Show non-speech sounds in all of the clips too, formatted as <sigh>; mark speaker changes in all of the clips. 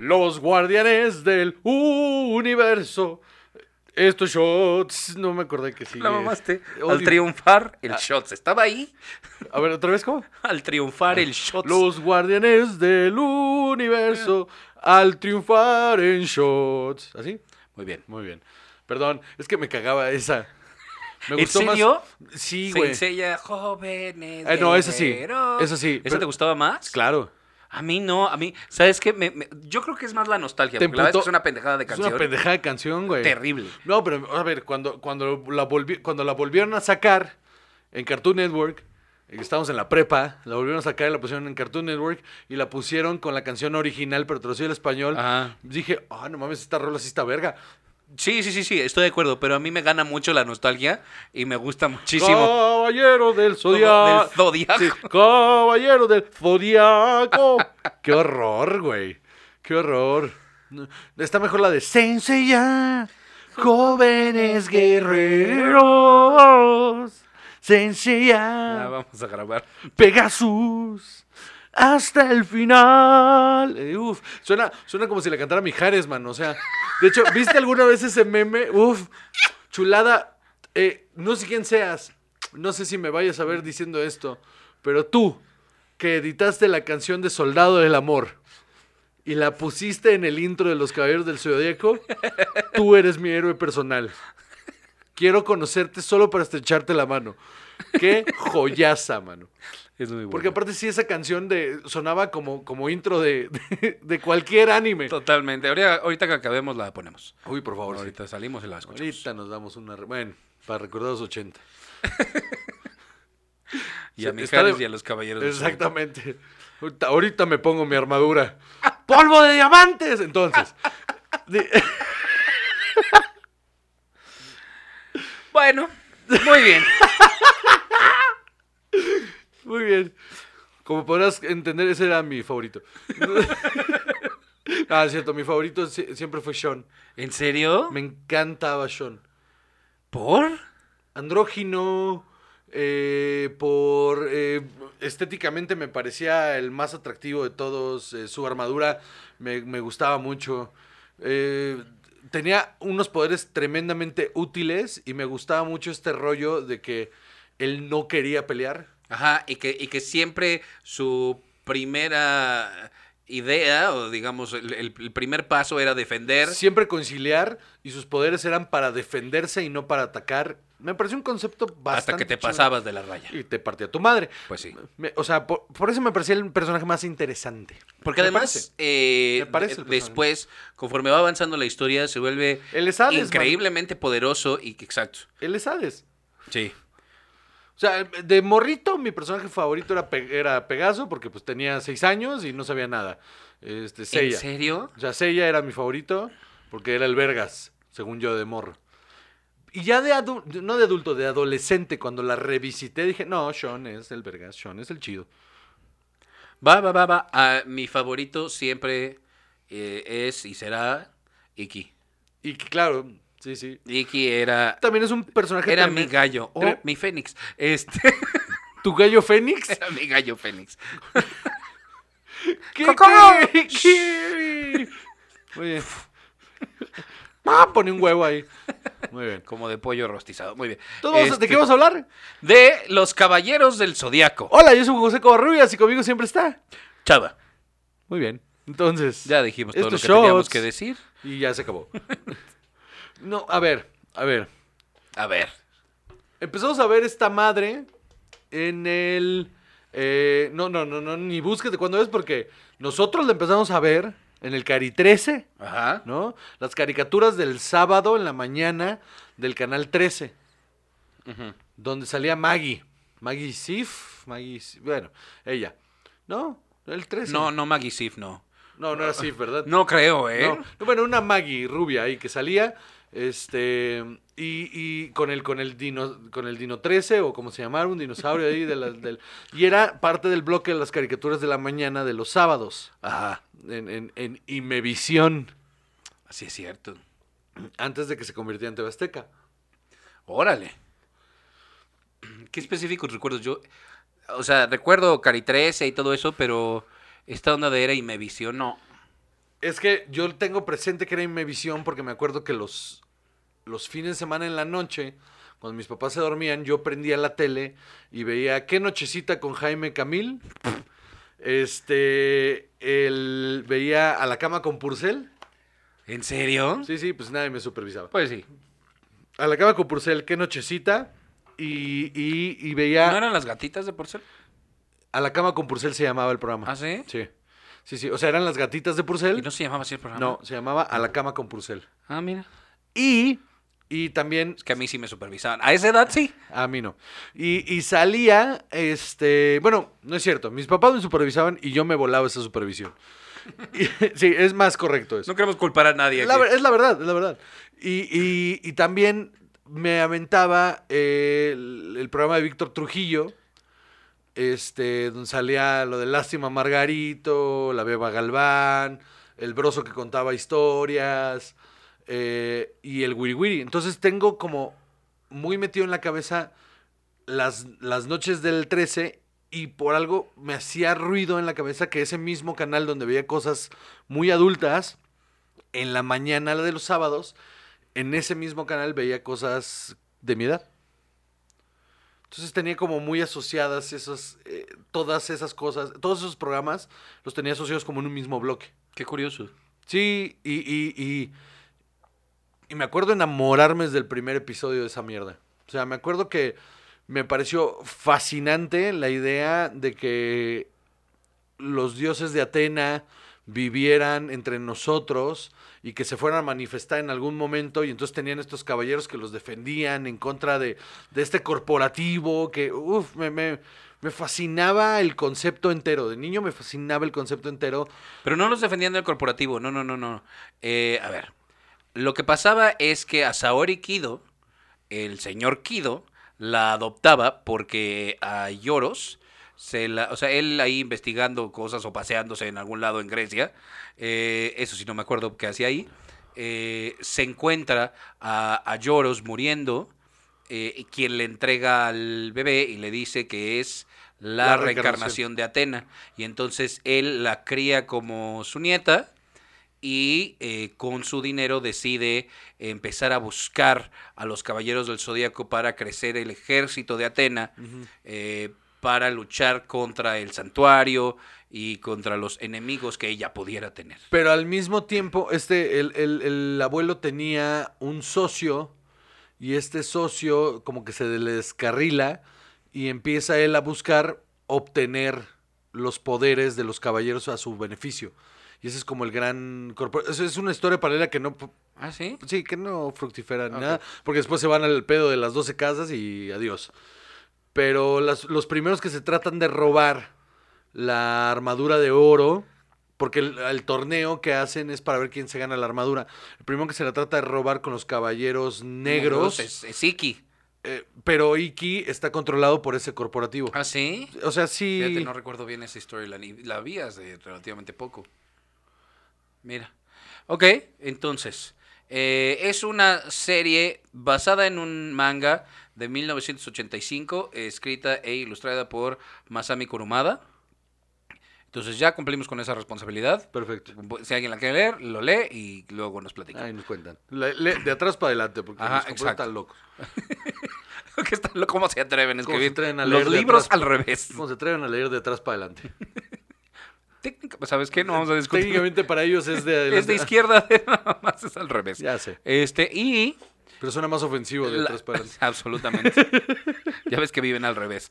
Speaker 1: Los guardianes del universo. Estos shots. No me acordé que sí.
Speaker 2: La mamaste. Al
Speaker 1: Odio- Ah.
Speaker 2: triunfar, el Shots. ¿Estaba ahí? Ah,
Speaker 1: A ver, otra vez, ¿cómo?
Speaker 2: Al triunfar, el Shots.
Speaker 1: Los guardianes del universo. Al triunfar en shots. ¿Así?
Speaker 2: Muy bien.
Speaker 1: Muy bien. Perdón, es que me cagaba esa. Me
Speaker 2: ¿En
Speaker 1: gustó
Speaker 2: serio?
Speaker 1: más. Sí, güey.
Speaker 2: Sencilla, jóvenes.
Speaker 1: Eh, no, esa sí,
Speaker 2: guerreros.
Speaker 1: esa sí,
Speaker 2: ¿Esa
Speaker 1: pero-
Speaker 2: te gustaba más?
Speaker 1: Claro.
Speaker 2: A mí no, a mí. ¿Sabes qué? Me- me- yo creo que es más la nostalgia.
Speaker 1: Te
Speaker 2: Porque la verdad es que
Speaker 1: emputó-
Speaker 2: es una pendejada de canción.
Speaker 1: Es una pendejada de canción, güey.
Speaker 2: Terrible.
Speaker 1: No, pero a ver, cuando, cuando, la volvi- cuando la volvieron a sacar en Cartoon Network, eh, estábamos en la prepa, la volvieron a sacar y la pusieron en Cartoon Network y la pusieron con la canción original, pero traducida al español.
Speaker 2: Ajá.
Speaker 1: Dije, ah, no mames, esta rola sí está verga.
Speaker 2: Sí, sí, sí, sí, estoy de acuerdo. Pero a mí me gana mucho la nostalgia y me gusta muchísimo.
Speaker 1: Caballero del Zodiaco.
Speaker 2: Del Zodiaco.
Speaker 1: caballero del Zodiaco. Qué horror, güey. Qué horror. No, Está mejor la de Sensei ya. Jóvenes guerreros. Sensei
Speaker 2: Ah,
Speaker 1: ya.
Speaker 2: vamos a grabar.
Speaker 1: Pegasus. Hasta el final. Eh, uf, suena, suena como si la cantara Mijares, man. O sea, de hecho, ¿viste alguna vez ese meme? Uf, chulada. Eh, no sé quién seas. No sé si me vayas a ver diciendo esto. Pero tú, que editaste la canción de Soldado del Amor y la pusiste en el intro de Los Caballeros del Zodíaco, tú eres mi héroe personal. Quiero conocerte solo para estrecharte la mano. Qué joyaza, mano.
Speaker 2: Es muy bueno.
Speaker 1: Porque aparte sí, esa canción de, sonaba como, como intro de, de, de cualquier anime.
Speaker 2: Totalmente. Ahorita, ahorita que acabemos la ponemos.
Speaker 1: Uy, por favor. sí.
Speaker 2: ahorita salimos y la escuchamos.
Speaker 1: Ahorita nos damos una... re- Bueno, para recordar los 80.
Speaker 2: Y a
Speaker 1: Sí,
Speaker 2: mis
Speaker 1: está de-
Speaker 2: y a los caballeros. del Zodiaco.
Speaker 1: Exactamente. Ahorita, ahorita me pongo mi <laughs> armadura. ¡Polvo de diamantes! Entonces. <laughs> Di-
Speaker 2: Bueno, muy bien.
Speaker 1: Muy bien. Como podrás entender, ese era mi favorito. <laughs> ah, es cierto, mi favorito sie- siempre fue Sean.
Speaker 2: <laughs> ¿En serio?
Speaker 1: Me encantaba Sean.
Speaker 2: ¿Por?
Speaker 1: andrógino, eh, por eh, estéticamente me parecía el más atractivo de todos, eh, su armadura me, me gustaba mucho, eh, tenía unos poderes tremendamente útiles y me gustaba mucho este rollo de que él no quería pelear.
Speaker 2: Ajá, y que, y que siempre su primera idea, o digamos, el, el- el primer paso era defender.
Speaker 1: Siempre conciliar y sus poderes eran para defenderse y no para atacar. Me pareció un concepto bastante.
Speaker 2: Hasta que te
Speaker 1: chido.
Speaker 2: pasabas de la raya.
Speaker 1: Y te partía tu madre.
Speaker 2: Pues sí.
Speaker 1: Me- o sea, por, por eso me parecía el personaje más interesante.
Speaker 2: Porque
Speaker 1: Me
Speaker 2: además,
Speaker 1: parece.
Speaker 2: eh,
Speaker 1: Me parece el
Speaker 2: de- después, conforme va avanzando la historia, se vuelve
Speaker 1: Él es Hades, man.
Speaker 2: increíblemente poderoso y que- exacto.
Speaker 1: Él es Hades.
Speaker 2: Sí.
Speaker 1: O sea, de morrito, mi personaje favorito era, Pe- era Pegaso, porque pues tenía seis años y no sabía nada. Este,
Speaker 2: ¿En
Speaker 1: Seiya.
Speaker 2: serio?
Speaker 1: O sea, Seiya era mi favorito, porque era el vergas, según yo, de morro. Y ya de adulto, no de adulto, de adolescente, cuando la revisité, dije, no, Sean es el vergas, Sean es el chido.
Speaker 2: Va, va, va, va. Ah, mi favorito siempre eh, es y será Iki.
Speaker 1: Y que, claro, sí, sí.
Speaker 2: Iki era,
Speaker 1: También es un personaje...
Speaker 2: era
Speaker 1: tremen-
Speaker 2: mi gallo, o
Speaker 1: tre-
Speaker 2: mi fénix. Este,
Speaker 1: <laughs> ¿Tu gallo Fénix?
Speaker 2: era mi gallo fénix.
Speaker 1: ¿Qué,
Speaker 2: ¡Cocó!
Speaker 1: qué- qué? Muy bien. Ah, pone un huevo ahí. Muy bien.
Speaker 2: Como de pollo rostizado. Muy bien.
Speaker 1: Entonces, vamos a- ¿De
Speaker 2: Este,
Speaker 1: qué vamos a Oh, hablar?
Speaker 2: de los caballeros del zodiaco.
Speaker 1: Hola, yo soy José Covarrubias y conmigo siempre está.
Speaker 2: Chava.
Speaker 1: Muy bien. Entonces.
Speaker 2: Ya dijimos todo lo que
Speaker 1: estos
Speaker 2: teníamos
Speaker 1: shots.
Speaker 2: que decir.
Speaker 1: Y ya se acabó. <laughs> no, a ver, a ver.
Speaker 2: A ver.
Speaker 1: Empezamos a ver esta madre en el. eh, no, no, no, no, ni búsquete cuándo es porque nosotros la empezamos a ver en el Cari 13.
Speaker 2: Ajá.
Speaker 1: ¿no? Las caricaturas del sábado en la mañana del canal 13,
Speaker 2: Ujú.
Speaker 1: donde salía Maggie. Maggie Sif, Maggie, Sif, bueno, ella. ¿No? El 13.
Speaker 2: No, no, Maggie Sif, no.
Speaker 1: no, no era Sif, ¿verdad?
Speaker 2: No creo, ¿eh?
Speaker 1: No, no, bueno, una Maggie rubia ahí que salía, este, y, y con el con el dino con el dino 13 o como se llamara, un dinosaurio ahí de la- del y era parte del bloque de las caricaturas de la mañana de los sábados
Speaker 2: Ajá.
Speaker 1: en en, en Imevisión
Speaker 2: Así es cierto.
Speaker 1: antes de que se convirtiera en TV Azteca.
Speaker 2: Órale. ¿Qué específicos recuerdos yo? O sea, recuerdo Cari 13 y todo eso, pero esta onda de era y me visionó.
Speaker 1: Es que yo tengo presente que era Imevisión porque me acuerdo que los, los fines de semana en la noche, cuando mis papás se dormían, yo prendía la tele y veía qué nochecita con Jaime Camil. Este, él veía a la cama con Purcell.
Speaker 2: ¿En serio?
Speaker 1: Sí, sí, pues nadie me supervisaba.
Speaker 2: Pues sí.
Speaker 1: A la cama con Purcell, qué nochecita. Y, y, y veía...
Speaker 2: ¿No eran las gatitas de Porcel?
Speaker 1: A la cama con Purcell se llamaba el programa.
Speaker 2: ¿Ah, sí?
Speaker 1: Sí. Sí, sí. O sea, eran las gatitas de Purcell.
Speaker 2: ¿Y no se llamaba así el programa?
Speaker 1: No, se llamaba A la cama con Purcell.
Speaker 2: Ah, mira.
Speaker 1: Y, y también,
Speaker 2: Es que a mí sí me supervisaban. A esa edad sí.
Speaker 1: a mí no. Y, y salía, este, bueno, no es cierto. Mis papás me supervisaban y yo me volaba esa supervisión. <laughs> Y- sí, es más correcto eso.
Speaker 2: No queremos culpar a nadie.
Speaker 1: La
Speaker 2: aquí.
Speaker 1: ver- es la verdad, es la verdad. Y, y- y también me aventaba eh, el, el programa de Víctor Trujillo, este, donde salía lo de Lástima Margarito, La Beba Galván, el broso que contaba historias eh, y el Wiri Wiri. Entonces tengo como muy metido en la cabeza las, las noches del 13 y por algo me hacía ruido en la cabeza que ese mismo canal donde veía cosas muy adultas, en la mañana, la de los sábados, en ese mismo canal veía cosas de mi edad. Entonces tenía como muy asociadas esas, eh, todas esas cosas, todos esos programas los tenía asociados como en un mismo bloque.
Speaker 2: Qué curioso.
Speaker 1: Sí, y, y, y, y me acuerdo enamorarme desde el primer episodio de esa mierda. O sea, me acuerdo que me pareció fascinante la idea de que los dioses de Atena vivieran entre nosotros y que se fueran a manifestar en algún momento y entonces tenían estos caballeros que los defendían en contra de, de este corporativo que, uff, me, me, me fascinaba el concepto entero. De niño me fascinaba el concepto entero.
Speaker 2: Pero no los defendían del corporativo, no, no, no, no. Eh, a ver, lo que pasaba es que a Saori Kido, el señor Kido, la adoptaba porque a Yoros, se la, o sea, él ahí investigando cosas o paseándose en algún lado en Grecia, eh, eso sí no me acuerdo qué hacía ahí, eh, se encuentra a, a Yoros muriendo, eh, y quien le entrega al bebé y le dice que es la,
Speaker 1: La reencarnación.
Speaker 2: reencarnación reencarnación de Atena. Y entonces él la cría como su nieta y eh, con su dinero decide empezar a buscar a los caballeros del Zodíaco para crecer el ejército de Atena, eh, para luchar contra el santuario y contra los enemigos que ella pudiera tener.
Speaker 1: Pero al mismo tiempo, este, el, el- el abuelo tenía un socio y este socio como que se le descarrila y empieza él a buscar obtener los poderes de los caballeros a su beneficio. Y ese es como el gran... corpor- Eso es una historia paralela que no...
Speaker 2: ¿Ah, sí?
Speaker 1: Sí, que no fructifera ni
Speaker 2: Ok.
Speaker 1: nada, porque después se van al pedo de las 12 casas y adiós. Pero las- los primeros que se tratan de robar la armadura de oro, porque el, el torneo que hacen es para ver quién se gana la armadura. El primero que se la trata de robar con los caballeros negros,
Speaker 2: Es, es Iki.
Speaker 1: eh, pero Iki está controlado por ese corporativo.
Speaker 2: ¿Ah, sí?
Speaker 1: O sea, sí.
Speaker 2: Fíjate, no recuerdo bien esa historia, y la vi hace relativamente poco. Mira. Ok, entonces. eh, es una serie basada en un manga de 1985, escrita e ilustrada por Masami Kurumada. Entonces ya cumplimos con esa responsabilidad.
Speaker 1: Perfecto.
Speaker 2: Si alguien la quiere leer, lo lee y luego nos platica.
Speaker 1: Ahí nos cuentan. Le- le- de atrás para adelante, porque
Speaker 2: Ajá,
Speaker 1: nos compran
Speaker 2: exacto.
Speaker 1: tan locos.
Speaker 2: <laughs> Que está lo- ¿Cómo se atreven a
Speaker 1: ¿Cómo se
Speaker 2: escribir
Speaker 1: atreven a
Speaker 2: los
Speaker 1: leer de
Speaker 2: libros
Speaker 1: atrás?
Speaker 2: al revés?
Speaker 1: ¿Cómo se atreven a leer de atrás para adelante?
Speaker 2: <laughs> Técnica- ¿Sabes qué? No vamos a discutir.
Speaker 1: Técnicamente para ellos es de
Speaker 2: <laughs> Es de izquierda, <laughs> nada más es al revés.
Speaker 1: Ya sé.
Speaker 2: Este, y.
Speaker 1: Pero suena más ofensivo de
Speaker 2: la-
Speaker 1: atrás para adelante.
Speaker 2: <laughs> Absolutamente. ya ves que viven al revés.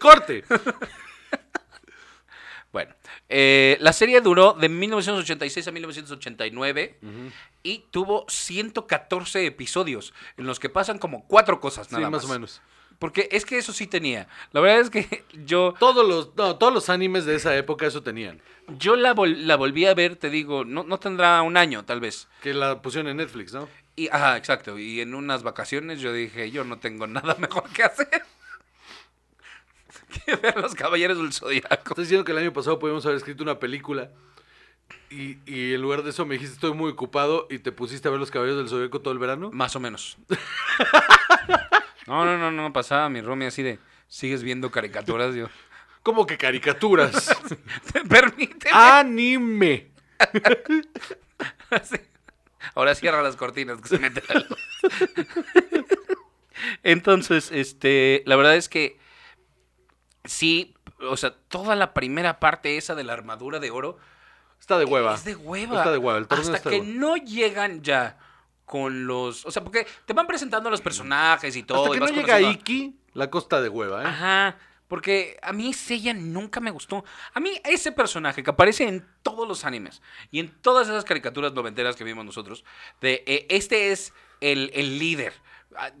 Speaker 1: ¡Corte!
Speaker 2: Bueno, eh, la serie duró de 1986 a 1989 y tuvo 114 episodios en los que pasan como cuatro cosas
Speaker 1: Sí,
Speaker 2: nada
Speaker 1: más,
Speaker 2: más.
Speaker 1: o menos.
Speaker 2: Porque es que eso sí tenía. La verdad es que <laughs> yo,
Speaker 1: Todos los, no, todos los animes de esa época eso tenían.
Speaker 2: yo la, vol- la volví a ver, te digo, no, no tendrá un año tal vez.
Speaker 1: Que la pusieron en Netflix, ¿no?
Speaker 2: Y, ajá, exacto. Y en unas vacaciones yo dije, yo no tengo nada <laughs> mejor que hacer que ver los Caballeros del Zodiaco.
Speaker 1: Estás diciendo que el año pasado pudimos haber escrito una película. Y, y en lugar de eso me dijiste, estoy muy ocupado. Y te pusiste a ver Los Caballeros del Zodíaco todo el verano.
Speaker 2: Más o menos. No, no, no, no, pasaba mi Romy así de, sigues viendo caricaturas, yo. <laughs>
Speaker 1: como que caricaturas.
Speaker 2: Permíteme.
Speaker 1: Anime.
Speaker 2: Así. Ahora cierra las cortinas que se mete la luz. Entonces, este, la verdad es que sí, o sea, toda la primera parte esa de la armadura de oro
Speaker 1: Está de hueva.
Speaker 2: es de hueva.
Speaker 1: Está de hueva, el torneo
Speaker 2: Hasta
Speaker 1: está de
Speaker 2: que
Speaker 1: hueva.
Speaker 2: no llegan ya con los, o sea, porque te van presentando los personajes y todo.
Speaker 1: Hasta
Speaker 2: y
Speaker 1: que no
Speaker 2: vas
Speaker 1: llega
Speaker 2: conociendo a-
Speaker 1: Iki, la costa de hueva, ¿eh?
Speaker 2: Ajá. Porque a mí Seiya nunca me gustó. A mí ese personaje que aparece en todos los animes y en todas esas caricaturas noventeras que vimos nosotros, de eh, este es el, el líder, a-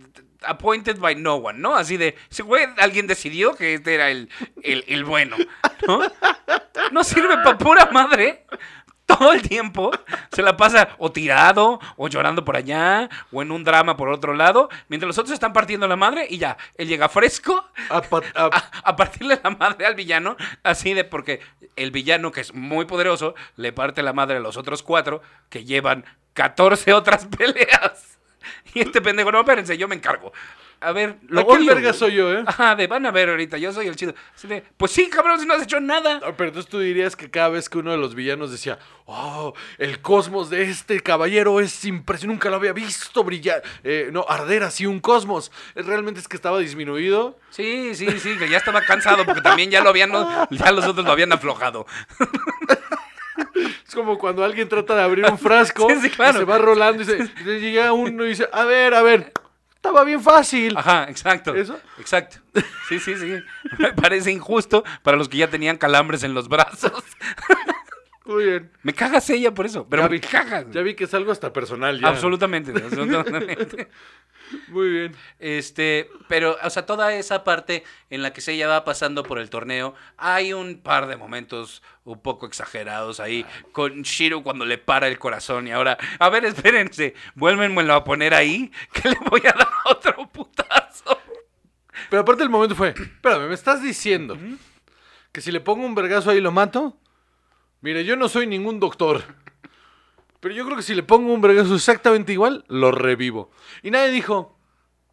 Speaker 2: appointed by no one, ¿no? Así de, ese güey, alguien decidió que este era el, el, el bueno, ¿no? No sirve para pura madre. Todo el tiempo se la pasa o tirado, o llorando por allá, o en un drama por otro lado, mientras los otros están partiendo la madre y ya, él llega fresco
Speaker 1: A pa- a-
Speaker 2: a, <laughs> a partirle la madre al villano, así de porque el villano que es muy poderoso le parte la madre a los otros cuatro que llevan 14 otras <laughs> peleas. Y este pendejo, no, espérense, yo me encargo. A ver, lo
Speaker 1: Aquí el
Speaker 2: odio,
Speaker 1: verga
Speaker 2: güey.
Speaker 1: soy yo, ¿eh?
Speaker 2: Ajá, de van a ver ahorita, yo soy el chido. Así de, pues sí, cabrón, si no has hecho nada.
Speaker 1: Ah, Pero entonces tú dirías que cada vez que uno de los villanos decía, oh, el cosmos de este caballero es impresionante, nunca lo había visto brillar, eh, no, arder así un cosmos. Eh, Realmente es que estaba disminuido.
Speaker 2: Sí, sí, sí, que ya estaba cansado porque también ya lo habían, ya los otros lo habían aflojado.
Speaker 1: Es como cuando alguien trata de abrir
Speaker 2: <laughs>
Speaker 1: un frasco,
Speaker 2: Sí, sí,
Speaker 1: y
Speaker 2: claro.
Speaker 1: se va rolando y se, y le llega uno y dice, a ver, a ver, estaba bien fácil.
Speaker 2: Ajá, exacto.
Speaker 1: ¿Eso?
Speaker 2: Exacto. Sí, sí, sí. Me parece injusto para los que ya tenían calambres en los brazos.
Speaker 1: Muy bien.
Speaker 2: Me cagas ella por eso, pero
Speaker 1: Ya
Speaker 2: me
Speaker 1: vi-
Speaker 2: cagas.
Speaker 1: Ya vi que es algo hasta personal ya.
Speaker 2: Absolutamente,
Speaker 1: <laughs>
Speaker 2: absolutamente.
Speaker 1: Muy bien.
Speaker 2: Este, pero, o sea, toda esa parte en la que se va pasando por el torneo, hay un par de momentos un poco exagerados ahí, con Shiro cuando le para el corazón y ahora, a ver, espérense, vuélvenmelo a poner ahí, <laughs> que le voy a dar otro putazo.
Speaker 1: Pero aparte el momento fue, espérame, me estás diciendo que si le pongo un vergazo ahí lo mato. Mire, yo no soy ningún doctor. Pero yo creo que si le pongo un vergazo exactamente igual, lo revivo. Y nadie dijo,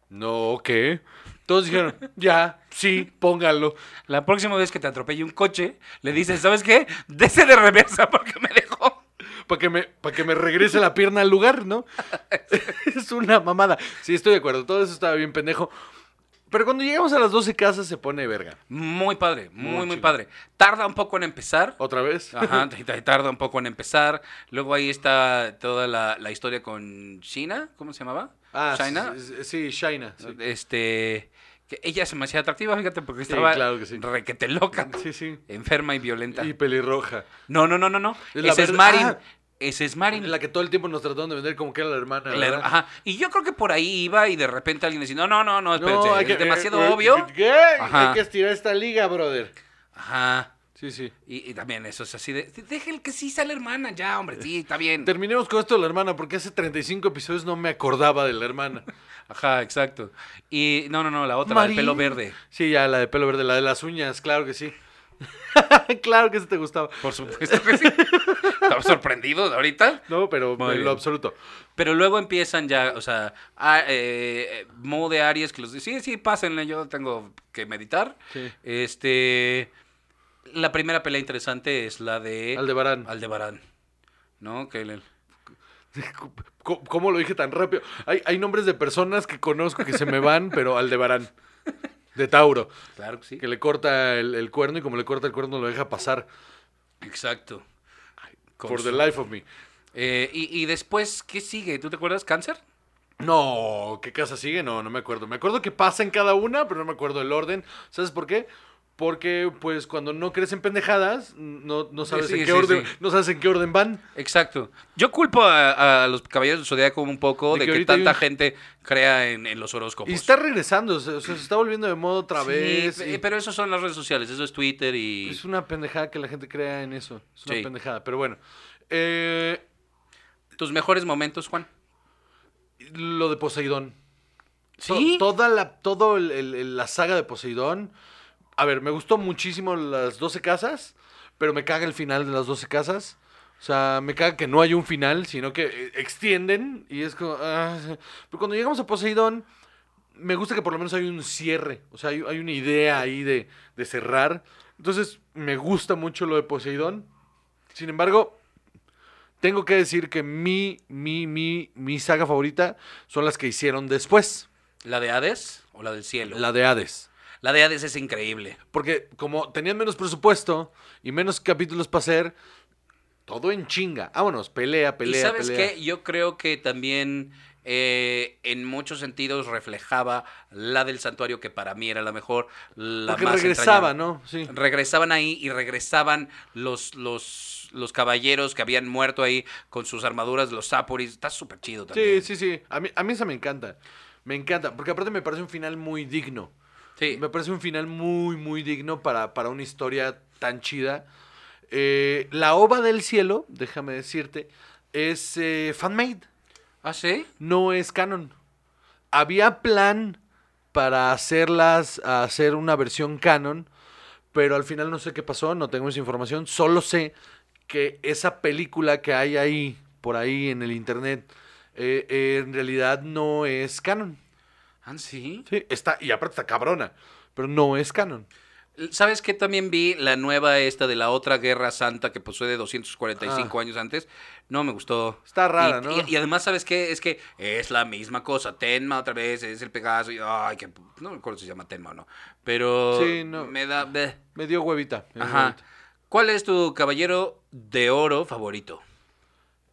Speaker 1: no, ¿qué? Todos dijeron, ya, sí, póngalo.
Speaker 2: La próxima vez que te atropelle un coche, le dices, ¿sabes qué? Dese de reversa porque me dejó.
Speaker 1: Para que, me, pa' que me regrese la pierna al lugar, ¿no? <laughs> es una mamada. Sí, estoy de acuerdo. Todo eso estaba bien pendejo. Pero cuando llegamos a las 12 casas se pone verga.
Speaker 2: Muy padre, muy,
Speaker 1: Muy
Speaker 2: muy
Speaker 1: chido.
Speaker 2: padre. Tarda un poco en empezar.
Speaker 1: ¿Otra vez? <laughs>
Speaker 2: Ajá, t- t- tarda un poco en empezar. Luego ahí está toda la, la historia con China, ¿cómo se llamaba?
Speaker 1: Ah,
Speaker 2: China.
Speaker 1: Sí, sí, China. sí.
Speaker 2: Este, que ella se me hacía atractiva, fíjate, porque estaba
Speaker 1: claro que sí.
Speaker 2: requete loca,
Speaker 1: Sí, sí.
Speaker 2: enferma y violenta.
Speaker 1: Y pelirroja.
Speaker 2: No, no, no, no, no.
Speaker 1: Es la
Speaker 2: Ese es
Speaker 1: verde-
Speaker 2: Marin.
Speaker 1: Ah.
Speaker 2: Ese es Marin.
Speaker 1: La que todo el tiempo nos trataron de vender como que era la hermana.
Speaker 2: La-
Speaker 1: ¿verdad?
Speaker 2: ajá. Y yo creo que por ahí iba y de repente alguien decía, no, no, no, no, espérense,
Speaker 1: hay
Speaker 2: es demasiado
Speaker 1: eh, eh,
Speaker 2: obvio.
Speaker 1: ¿qué?
Speaker 2: Ajá.
Speaker 1: Hay que estirar esta liga, brother.
Speaker 2: Ajá.
Speaker 1: Sí, sí.
Speaker 2: Y, y también eso es así de, déjenle que sí sea la hermana, ya, hombre, sí, está bien.
Speaker 1: Terminemos con esto de la hermana, porque hace 35 episodios no me acordaba de la hermana.
Speaker 2: Ajá, exacto. Y no, no, no, la otra, la del
Speaker 1: Marín.
Speaker 2: pelo verde.
Speaker 1: Sí, ya, la de pelo verde, la de las uñas, claro que sí. <laughs> claro que sí te gustaba.
Speaker 2: Por supuesto que sí. Estaba sorprendido ahorita.
Speaker 1: No, pero
Speaker 2: Muy
Speaker 1: en
Speaker 2: bien.
Speaker 1: lo absoluto.
Speaker 2: Pero luego empiezan ya, o sea, a, eh, eh, Mo de Aries que los dice, sí, sí, pásenle, yo tengo que meditar.
Speaker 1: Sí.
Speaker 2: Este, la primera pelea interesante es la de
Speaker 1: Eh, Aldebarán.
Speaker 2: Aldebarán. ¿No? Que le-
Speaker 1: ¿Cómo- ¿Cómo lo dije tan rápido? Hay, hay nombres de personas que conozco que se me van, <laughs> pero Aldebarán. De Tauro.
Speaker 2: Claro que sí.
Speaker 1: Que le corta el, el cuerno y como le corta el cuerno lo deja pasar.
Speaker 2: Exacto. Con
Speaker 1: For
Speaker 2: su-
Speaker 1: the life of me.
Speaker 2: Eh, y, y después, ¿qué sigue? ¿Tú te acuerdas? ¿Cáncer?
Speaker 1: No, ¿qué casa sigue? No, no me acuerdo. Me acuerdo que pasa en cada una, pero no me acuerdo el orden. ¿Sabes por qué? Porque, pues, cuando no crees en pendejadas, no, no sabes
Speaker 2: Sí, sí,
Speaker 1: en qué
Speaker 2: sí,
Speaker 1: orden,
Speaker 2: sí.
Speaker 1: no sabes en qué orden van.
Speaker 2: Exacto. Yo culpo a, a los caballeros del Zodíaco un poco
Speaker 1: De
Speaker 2: de,
Speaker 1: que
Speaker 2: que,
Speaker 1: ahorita hay
Speaker 2: tanta
Speaker 1: un-
Speaker 2: gente crea en, en los horóscopos.
Speaker 1: Y está regresando, o sea, o sea, se está volviendo de moda otra
Speaker 2: pues Sí,
Speaker 1: vez.
Speaker 2: pe- eh,
Speaker 1: y
Speaker 2: pero eso son las redes sociales, eso es Twitter y...
Speaker 1: Es una pendejada que la gente crea en eso. Es una
Speaker 2: Sí.
Speaker 1: pendejada, pero bueno. Eh,
Speaker 2: ¿Tus mejores momentos, Juan?
Speaker 1: lo de Poseidón. To-
Speaker 2: ¿Sí?
Speaker 1: Toda la, todo el- el- el- la saga de Poseidón. A ver, me gustó muchísimo las 12 casas, pero me caga el final de las 12 casas. O sea, me caga que no hay un final, sino que eh, extienden y es como... ah, sí. pero cuando llegamos a Poseidón, me gusta que por lo menos hay un cierre, o sea, hay, hay una idea ahí de, de cerrar. Entonces, me gusta mucho lo de Poseidón. Sin embargo, tengo que decir que mi, mi, mi, mi saga favorita son las que hicieron después,
Speaker 2: ¿La de Hades o la del cielo? La,
Speaker 1: la de Hades.
Speaker 2: de Hades es increíble.
Speaker 1: Porque como tenían menos presupuesto y menos capítulos para hacer, todo en chinga. Vámonos, pelea, pelea,
Speaker 2: y sabes
Speaker 1: pelea.
Speaker 2: qué, yo creo que también eh, en muchos sentidos reflejaba la del santuario, que para mí era la mejor. La
Speaker 1: Porque
Speaker 2: más
Speaker 1: regresaba,
Speaker 2: entrañable.
Speaker 1: ¿no? Sí.
Speaker 2: Regresaban ahí y regresaban los, los, los caballeros que habían muerto ahí con sus armaduras, los Sapuris. Está súper chido
Speaker 1: Sí,
Speaker 2: también.
Speaker 1: sí, sí. A mí, a mí esa me encanta. Me encanta. Porque aparte me parece un final muy digno.
Speaker 2: Sí.
Speaker 1: Me parece un final muy, muy digno para, para una historia tan chida. Eh, la Ova del Cielo, déjame decirte, es eh, fanmade.
Speaker 2: ¿Ah, sí?
Speaker 1: No es canon. Había plan para hacerlas, hacer una versión canon, pero al final no sé qué pasó, no tengo esa información. Solo sé que esa película que hay ahí, por ahí en el internet, eh, eh, en realidad no es canon.
Speaker 2: ¿Ah, sí?
Speaker 1: Sí, está, y aparte está cabrona, pero no es canon.
Speaker 2: ¿Sabes qué? También vi la nueva esta de la otra Guerra Santa que posee 245
Speaker 1: Ah.
Speaker 2: años antes. No me gustó.
Speaker 1: Está rara,
Speaker 2: Y-
Speaker 1: ¿no?
Speaker 2: Y, y además, ¿sabes qué? Es que es la misma cosa. Tenma otra vez, es el Pegaso. y- ay, que, no me acuerdo si se llama Tenma o no. Pero
Speaker 1: Sí, no.
Speaker 2: me da... bleh.
Speaker 1: Me dio huevita. me dio
Speaker 2: Ajá.
Speaker 1: huevita.
Speaker 2: ¿Cuál es tu caballero de oro favorito?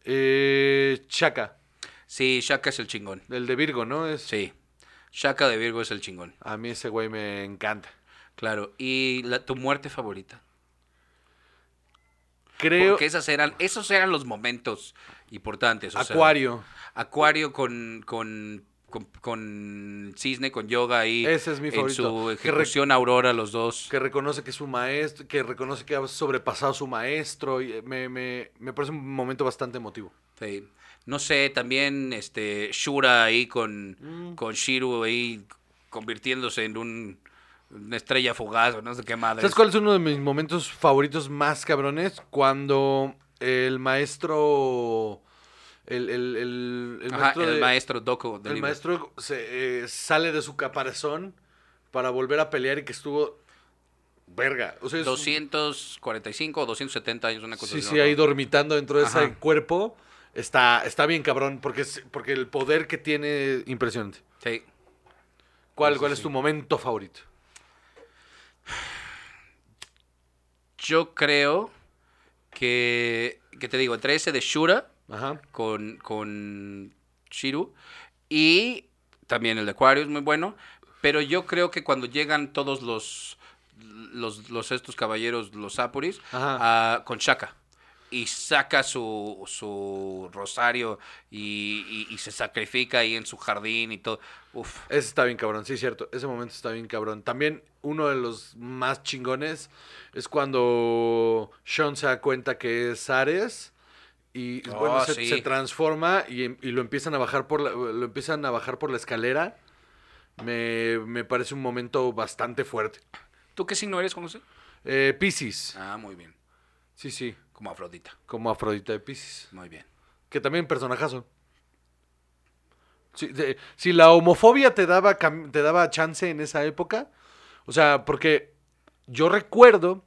Speaker 1: Eh, Chaca,
Speaker 2: Sí, Shaka es el chingón.
Speaker 1: el de Virgo, ¿no? Es,
Speaker 2: Sí. Shaka de Virgo es el chingón.
Speaker 1: A mí ese güey me encanta.
Speaker 2: Claro. ¿Y la- tu muerte favorita?
Speaker 1: Creo
Speaker 2: Porque esas eran, esos eran los momentos importantes. o sea,
Speaker 1: Acuario.
Speaker 2: Acuario con, con, con, con Cisne, con Yoga ahí.
Speaker 1: Ese es mi favorito.
Speaker 2: En su
Speaker 1: Que re-
Speaker 2: ejecución Aurora, los dos.
Speaker 1: que reconoce que es su maestro, que reconoce que ha sobrepasado a su maestro. Y eh, me, me- me parece un momento bastante emotivo.
Speaker 2: Sí. No sé, también este Shura ahí con,
Speaker 1: Mm.
Speaker 2: con Shiru ahí convirtiéndose en un, una estrella fugaz o no sé qué madre.
Speaker 1: ¿Sabes cuál es uno de mis momentos favoritos más cabrones? Cuando el maestro. El, el, el, el
Speaker 2: Ajá,
Speaker 1: maestro,
Speaker 2: el
Speaker 1: de-
Speaker 2: maestro Doco del
Speaker 1: el
Speaker 2: libro.
Speaker 1: maestro se, eh, sale de su caparazón para volver a pelear y que estuvo. Verga. O sea, es-
Speaker 2: 245 o 270 años, una cosa
Speaker 1: Sí,
Speaker 2: así,
Speaker 1: sí,
Speaker 2: ¿no?
Speaker 1: ahí dormitando dentro de
Speaker 2: Ajá.
Speaker 1: ese cuerpo. Está, está bien cabrón, porque, es- porque el poder que tiene impresionante.
Speaker 2: Sí.
Speaker 1: ¿Cuál,
Speaker 2: Sí,
Speaker 1: cuál
Speaker 2: sí,
Speaker 1: es
Speaker 2: sí.
Speaker 1: tu momento favorito?
Speaker 2: Yo creo que, que te digo, entre ese de Shura
Speaker 1: Ajá.
Speaker 2: con, con Shiru y también el de Aquarius, muy bueno, pero yo creo que cuando llegan todos los, los, los estos caballeros, los Apuris,
Speaker 1: Ajá.
Speaker 2: ah, con Shaka. Y saca su, su rosario y, y- y se sacrifica ahí en su jardín y todo. Uf.
Speaker 1: Ese está bien cabrón, sí, cierto. Ese momento está bien cabrón. También uno de los más chingones es cuando Sean se da cuenta que es Ares y
Speaker 2: Oh,
Speaker 1: bueno, se,
Speaker 2: sí.
Speaker 1: se transforma y, y lo empiezan a bajar por la, lo empiezan a bajar por la escalera. Me, me parece un momento bastante fuerte.
Speaker 2: ¿Tú qué signo eres, José?
Speaker 1: Eh, Piscis.
Speaker 2: Ah, muy bien.
Speaker 1: Sí, sí.
Speaker 2: Como Afrodita.
Speaker 1: Como Afrodita de Piscis.
Speaker 2: Muy bien.
Speaker 1: Que también personajazo. Si, de- si la homofobia te daba, cam- te daba chance en esa época, o sea, porque yo recuerdo,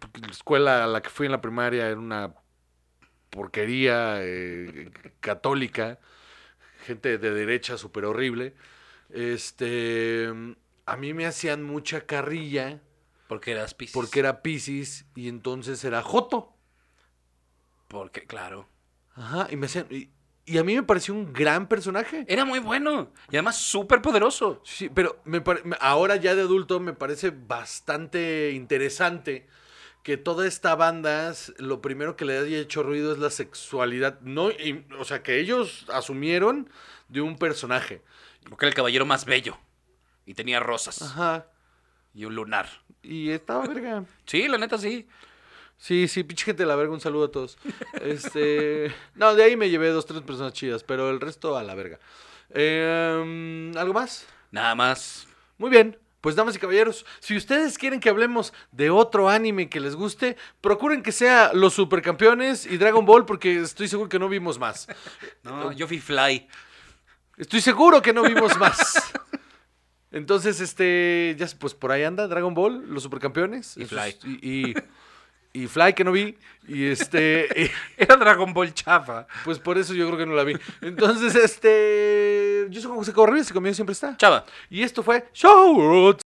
Speaker 1: porque la escuela a la que fui en la primaria era una porquería eh, católica, gente de derecha súper horrible, este, a mí me hacían mucha carrilla
Speaker 2: Porque eras Pisces.
Speaker 1: porque era Piscis y entonces era Joto.
Speaker 2: Porque, claro.
Speaker 1: Ajá, y me hacían... y- y a mí me pareció un gran personaje.
Speaker 2: Era muy bueno. Y además súper poderoso.
Speaker 1: Sí, pero me pare- me- ahora ya de adulto me parece bastante interesante que toda esta banda, s- lo primero que le haya hecho ruido es la sexualidad. No, y- o sea, que ellos asumieron de un personaje.
Speaker 2: Porque era el caballero más bello. Y tenía rosas.
Speaker 1: Ajá.
Speaker 2: Y un lunar.
Speaker 1: Y estaba verga.
Speaker 2: Sí, la neta sí.
Speaker 1: Sí, sí, pinche gente de la verga, un saludo a todos. Este. <laughs> No, de ahí me llevé dos, tres personas chidas, pero el resto a la verga. Em, ¿Algo más?
Speaker 2: Nada más.
Speaker 1: Muy bien. Pues damas y caballeros, si ustedes quieren que hablemos de otro anime que les guste, procuren que sea Los Supercampeones y Dragon Ball porque estoy seguro que no vimos más.
Speaker 2: No, yo fui Fly.
Speaker 1: Estoy seguro que no vimos más. Entonces, este, ya pues por ahí anda Dragon Ball, los supercampeones.
Speaker 2: Y
Speaker 1: esos-
Speaker 2: Fly.
Speaker 1: Y, y- y Fly, que no vi. Y este, y,
Speaker 2: Era Dragon Ball chafa.
Speaker 1: pues por eso yo creo que no la vi. Entonces, este, yo soy Juan José Correa, y conmigo siempre está.
Speaker 2: Chava.
Speaker 1: Y esto fue Show